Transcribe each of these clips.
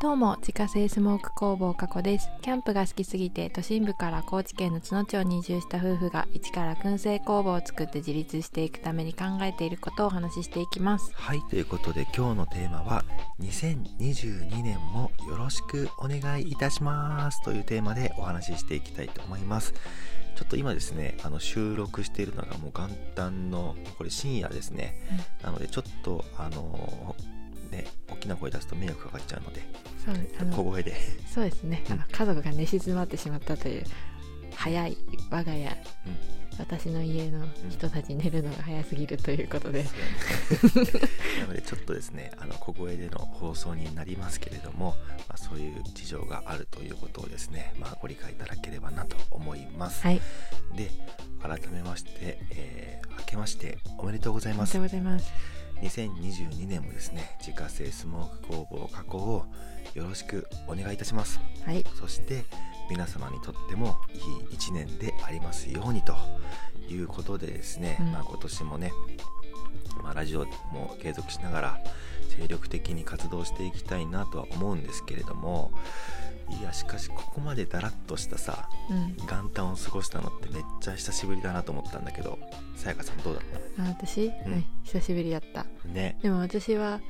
どうも自家製スモーク工房加古ですキャンプが好きすぎて都心部から高知県の津野町に移住した夫婦が一から燻製工房を作って自立していくために考えていることをお話ししていきますはい、ということで今日のテーマは2022年もよろしくお願いいたしますというテーマでお話ししていきたいと思います。ちょっと今ですね、あの収録しているのがもう元旦のこれ深夜ですね。なのでちょっとあのーね、大きな声出すと迷惑かかっちゃうので、そうあの小声で。そうですね、うんあの家族が寝静まってしまったという早い我が家、私の家の人たち寝るのが早すぎるということで、 なのでちょっとですねあの小声での放送になりますけれども、まあ、そういう事情があるということをですね、まあ、ご理解いただければなと思います、はいで改めまして、えー明けましておめでとうござおいめまでとすうございます2022年もですね自家製スモーク工房加工をよろしくお願いいたしますはいそして皆様にとってもいい一年でありますようにということでですね、うんまあ、今年もね、まあ、ラジオも継続しながら精力的に活動していきたいなとは思うんですけれどもいやしかしここまでだらっとしたさうん元旦を過ごしたのってめっちゃ久しぶりだなと思ったんだけどさやかさんどうだっあ私、はい久しぶりだったたねでも私は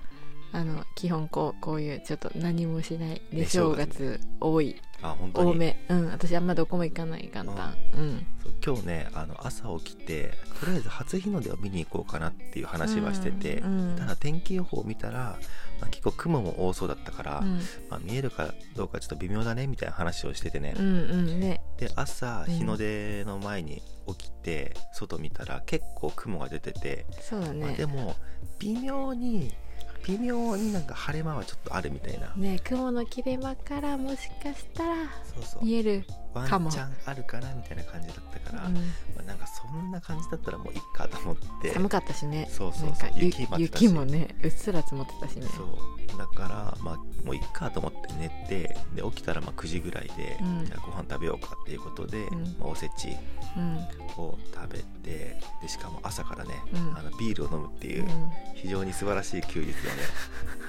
あの基本こうこういうちょっと何もしないで正月多いあ本当に多めうん私あんまどこも行かない元旦うんそう今日ねあの朝起きてとりあえず初日の出を見に行こうかなっていう話はしてて、うんうんただ天気予報を見たら、まあ、結構雲も多そうだったから、うんまあ、見えるかどうかちょっと微妙だねみたいな話をしててね、うんうんねで朝うん日の出の前に起きて外見たら結構雲が出てて、そうだまあ、ねでも微妙に微妙になんか晴れ間はちょっとあるみたいな、ね雲の切れ間からもしかしたらそうそう見えるワかもンチャンあるかなみたいな感じだったから、うんまあ、なんかそんな感じだったらもういっかと思って寒かったしねそうそなうんそかうゆ雪待ってたし雪もねうっすら積もってたしねそうだから、まあ、もういっかと思って寝てで起きたらまあ9時ぐらいで、うんじゃあご飯食べようかっていうことで、うんまあおせちうんを食べてでしかも朝からね、うんあのビールを飲むっていううん非常に素晴らしい休日をね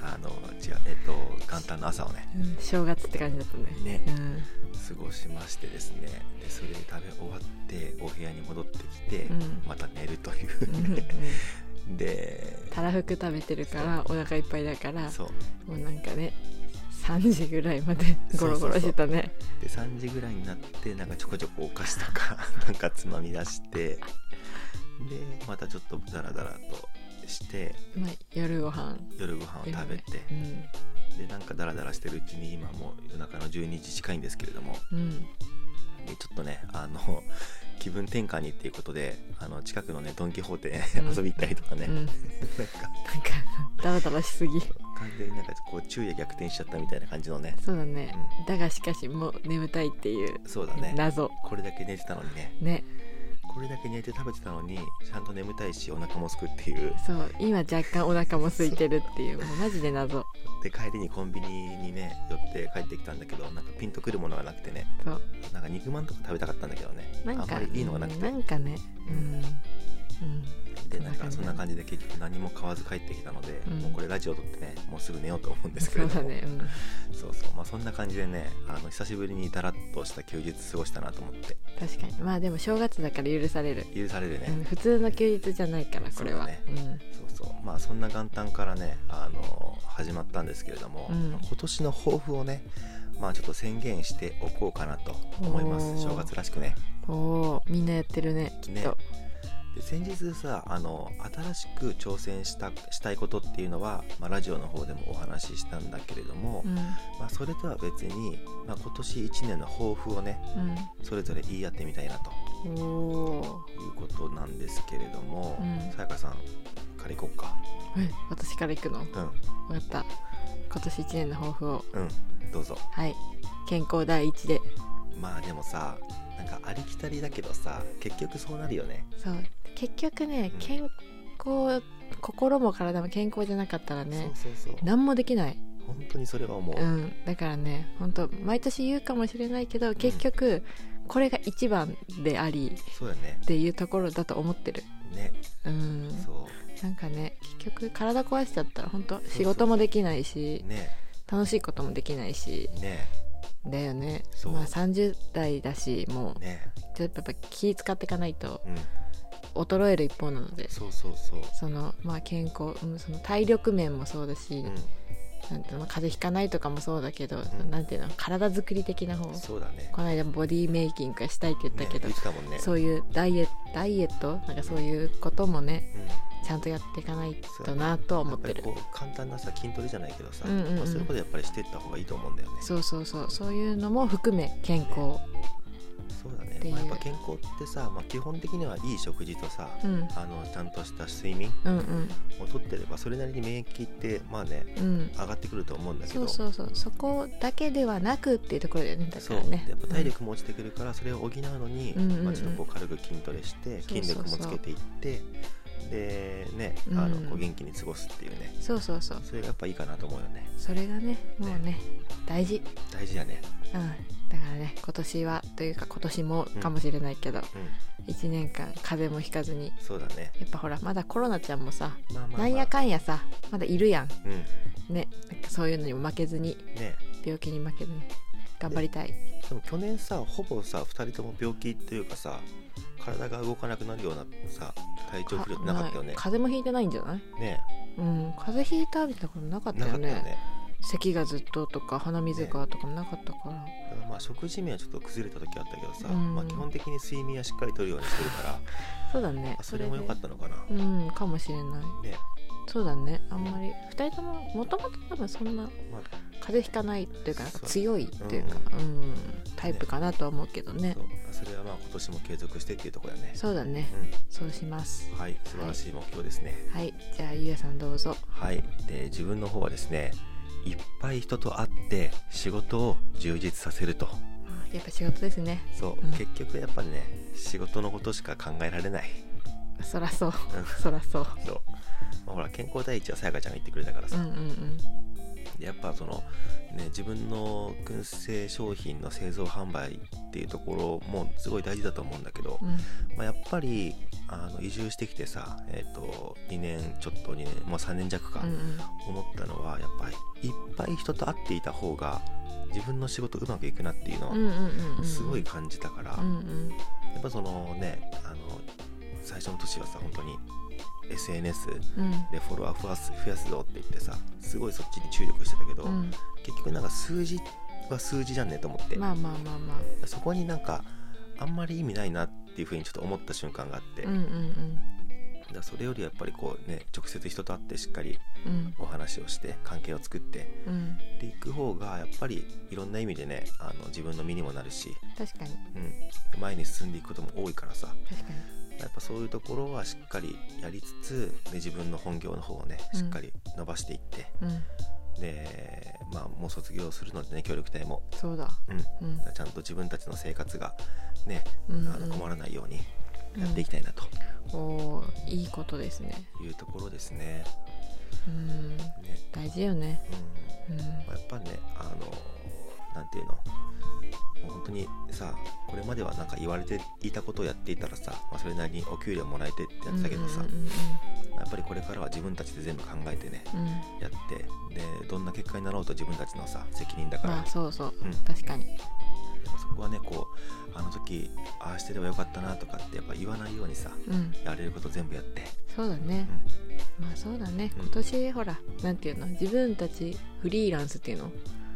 あの違うえっと元旦の朝をねうん正月って感じだったねねうん過ごしましてですねでそれで食べ終わってお部屋に戻ってきて、うんまた寝るというんうん うでたらふく食べてるからお腹いっぱいだからそうもうなんかね3時ぐらいまでゴロゴロしてたねで3時ぐらいになってなんかちょこちょこお菓子 とかなんかつまみ出してでまたちょっとダラダラとしてまあ、夜ご飯夜ご飯を食べてうんでなんかダラダラしてるうちに今もう夜中の12時近いんですけれどもうんでちょっとねあの気分転換にっていうことであの近くのねドン・キホーテうん遊び行ったりとかね、うん、なんかなんかダラダラしすぎ完全になんかこう昼夜逆転しちゃったみたいな感じのねそうだね、うだがしかしもう眠たいっていうそうだね謎これだけ寝てたのにねねこれだけ寝て食べてたのにちゃんと眠たいしお腹もすくっていうそう今若干お腹も空いてるっていうもうマジで謎で帰りにコンビニにね寄って帰ってきたんだけどなんかピンとくるものがなくてねそうなんか肉まんとか食べたかったんだけどねなんかあんまりいいのがなくてうんなんかねうんうんでなんかそそんんなな感感じで結局何も買わず帰ってきたので、うんもうこれラジオ撮ってねもうすぐ寝ようと思うんですけそれうどだもねうんそうそうまあそんな感じでねあの久しぶりにだらっとした休日過ごしたなと思って確かにまあでも正月だから許される、許されるね、うん、普通の休日じゃないからこれはそうだそうそうまあそんな元旦からねあの始まったんですけれども、うんまあ今年の抱負をねまあちょっと宣言しておこうかなと思いまおすー正月らしくねうん、おーみんなやってるねきっねと、で先日さあの新しく挑戦したしたいことっていうのは、まあ、ラジオの方でもお話ししたんだけれども、うんまあ、それとは別に、まあ、今年1年の抱負をねそれぞれ言い合ってみたいなとうん、おーいうことなんですけれども、うんさやかさんからいこうかえ私から行くのう分かった今年1年の抱負をんうんどうぞはい健康第一でまあでもさなんかありきたりだけどさ結局そうなるよねそう結局ねうん健康心も体も健康じゃなかったらねそうそうそう何もできない、本当にそれは思う、うん、だからね本当毎年言うかもしれないけど結局これが一番でありそうだねっていうところだと思ってるねうんそなんかね結局体壊しちゃったら本当仕事もできないうしね楽しいこともできないしねだよねそうまあ30代だしもうねちょっとやっぱ気使っていかないとうん衰える一方なのでそうそうそうそのまあ健康うんその体力面もそうだし、うなんていうの風邪ひかないとかもそうだけど、んなんていうの体作り的な方んそうだねこの間ボディメイキングがしたいって言ったねけど、言ってたもんねそういうダイエダイエットなんかそういうこともねちゃんとやっていかないとなとはうん思ってるやっぱりこう簡単なさ筋トレじゃないけどさ、うんうんうんまあ、そういうことやっぱりしてった方がいいと思うんだよねそうそうそうそういうのも含め健康そうだねって、いうまあ、やっぱ健康ってさ、まあ、基本的にはいい食事とさ、うんあのちゃんとした睡眠うんうんをとってればそれなりに免疫ってまあねうん上がってくると思うんだけそどうそうそうそこだけではなくっていうところだよねだそかうらねやっぱ体力も落ちてくるからそれを補うのに、うんうんうんまあ、ちょっとこう軽く筋トレしそうそうてそう筋力もつけていってでねうんあのこう元気に過ごすっていうねうんそうそうそうそれがやっぱいいかなと思うよねそれがねもうねね大事大事だねうんだからね今年はというか今年もかもしれないけど、うん一1年間風邪もひかずにそうだねやっぱほらまだコロナちゃんもさ、まあまあ、まあ、なんやかんやさまだいるやんうんねなんかそういうのにも負けずにね病気に負けずに頑張りたいでも去年さほぼさ2人とも病気っていうかさ体が動かなくなるようなさ体調不良ってなかったよねか風邪もひいてないんじゃないねうん風邪ひいたみたいなことなかったなよかったねよね咳がずっととか鼻水がとかもなかったから、だからまあ食事面はちょっと崩れた時あったけどさ、うんまあ、基本的に睡眠はしっかりとるようにしてるからそうだねあそれも良かったのかなそれでうんかもしれないねそうだねあんまり2人とももともと多分そんなまあ風邪ひかないっていうかなんかそう強いっていうかうん、タイプかなとは思うけどねそうそれはまあ今年も継続してっていうところだねそうだねうそうしますんはい素晴らしい目標ですねはいじゃあゆうやさんどうぞはいで自分の方はですねいっぱい人と会って仕事を充実させるとやっぱ仕事ですねそう、うん結局やっぱね仕事のことしか考えられないそらそううんそらそうそう、まあ、ほら健康第一はさやかちゃんが言ってくれたからうさ、んうんうんでやっぱその、ね、自分の燻製商品の製造販売っていうところもすごい大事だと思うんだけど、うんまあ、やっぱりあの移住してきてさ、えー、と2年ちょっと2年もう3年弱かうんうん思ったのはやっぱりいっぱい人と会っていた方が自分の仕事うまくいくなっていうのうんはうんうんうんすごい感じたから、うんうんやっぱそのねあの最初の年はさ本当に SNS うんでフォロワー増やす増やすぞって言ってさすごいそっちに注力してたけど、うん結局なんか数字は数字じゃんねと思って、まあまあまあまあそこになんかあんまり意味ないなっていうふうにちょっと思った瞬間があって、うんうだんからそれよりやっぱりこうね直接人と会ってしっかりうんうんお話をして関係を作ってうんっていく方がやっぱりいろんな意味でねあの自分の身にもなるし、確かにうん、前に進んでいくことも多いからさ確かにやっぱそういうところはしっかりやりつつで自分の本業の方をねうんしっかり伸ばしていって、うんでまあもう卒業するのでね協力隊も、そうだうん、うんちゃんと自分たちの生活がね、うんあの困らないようにうんやっていきたいなとおーいいことですねいうところですね。うんね大事よねううんんまあ、やっぱねあのなんていうのもう本当にさこれまではなんか言われていたことをやっていたらさ、まあ、それなりにお給料もらえてってやってたけどさ、うんうんやっぱりこれからは自分たちで全部考えてねうんうんやってでどんな結果になろうと自分たちのさ責任だから、まあそうそううん、確かにやっぱそこはねこうあの時ああしてればよかったなとかってやっぱ言わないようにさうんやれること全部やって、そうだねまあそうだねうん今年ほらなんていうの自分たちフリーランスっていうの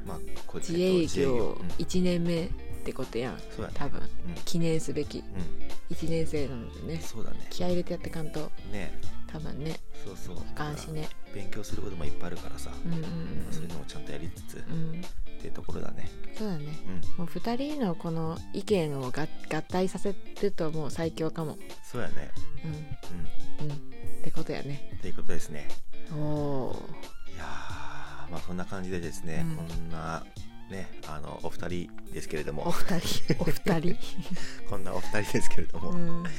まあこう自営自営業うん1年目ってことやんそうだね多分うん、記念すべきう1年生なのでねん、そうだね気合い入れてやってかんとね多分ねそうそうあかんしね勉強することもいっぱいあるからさ、うんうんそういうのもちゃんとやりつつ、うんうんっていうところだねそうだねうんもう2人のこの意見をが合体させるともう最強かもそうやねううんうんってことやねんということですねおおいやーまあそんな感じでですね、うんこんなねあのお二人ですけれどおも 二人 お二人こんなお二人ですけれども、うんまあ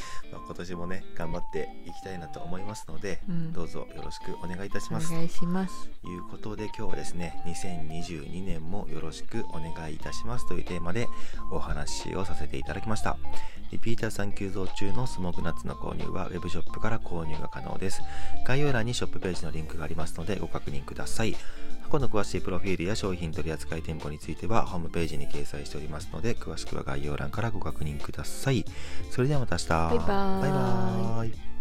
今年もね頑張っていきたいなと思いますので、うんどうぞよろしくお願いいたしおます。願いしますということで今日はですね2022年もよろしくお願いいたしますというテーマでお話をさせていただきましたリピーターさん急増中のスモークナッツの購入はウェブショップから購入が可能です概要欄にショップページのリンクがありますのでご確認ください箱過去の詳しいプロフィールや商品取扱店舗についてはホームページに掲載しておりますので詳しくは概要欄からご確認くださいそれではまた明日バイバーイバイバーイ